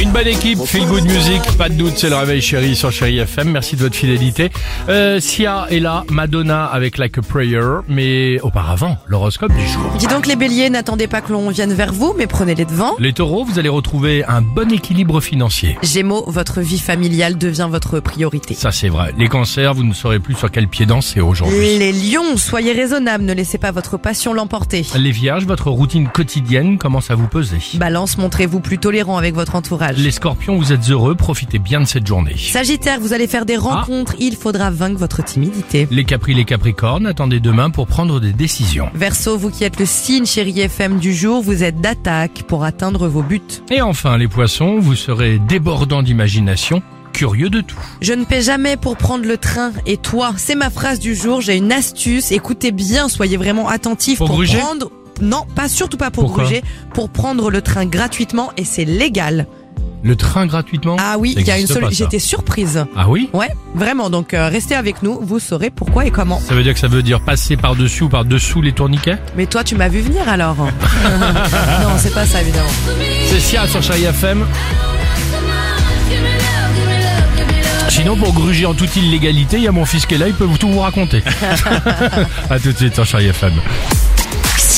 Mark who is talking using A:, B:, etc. A: Une bonne équipe, feel good music, pas de doute, c'est le réveil chéri sur Chéri FM. Merci de votre fidélité. Euh, Sia est là, Madonna avec Like a Prayer, mais auparavant, l'horoscope du jour.
B: Dis donc les béliers, n'attendez pas que l'on vienne vers vous, mais prenez les devants.
A: Les taureaux, vous allez retrouver un bon équilibre financier.
B: Gémeaux, votre vie familiale devient votre priorité.
A: Ça, c'est vrai. Les cancers, vous ne saurez plus sur quel pied danser aujourd'hui.
B: Les lions, soyez raisonnables, ne laissez pas votre passion l'emporter.
A: Les vierges, votre routine quotidienne commence à vous peser.
B: Balance, montrez-vous plus tolérant avec votre entourage.
A: Les scorpions, vous êtes heureux, profitez bien de cette journée.
B: Sagittaire, vous allez faire des rencontres, il faudra vaincre votre timidité.
A: Les capris, les capricornes, attendez demain pour prendre des décisions.
B: Verseau, vous qui êtes le signe chéri FM du jour, vous êtes d'attaque pour atteindre vos buts.
A: Et enfin, les poissons, vous serez débordant d'imagination, curieux de tout.
B: Je ne paie jamais pour prendre le train et toi, c'est ma phrase du jour, j'ai une astuce, écoutez bien, soyez vraiment attentifs
A: Pour
B: pour,
A: gruger
B: prendre non, pas surtout pas pour
A: Pourquoi
B: gruger, pour prendre le train gratuitement et c'est légal.
A: Le train gratuitement
B: Ah oui,
A: Ça
B: il y a une
A: existe pas,
B: solution.
A: ça.
B: J'étais surprise.
A: Ah oui
B: Ouais, vraiment. Donc euh, restez avec nous, vous saurez pourquoi et comment.
A: Ça veut dire que ça veut dire passer par-dessus ou par-dessous les tourniquets
B: Mais toi, tu m'as vu venir alors. non, c'est pas ça évidemment.
A: C'est Sia sur Chérie FM. Sinon, pour gruger en toute illégalité, il y a mon fils qui est là, il peut tout vous raconter. à tout de suite sur Chérie FM.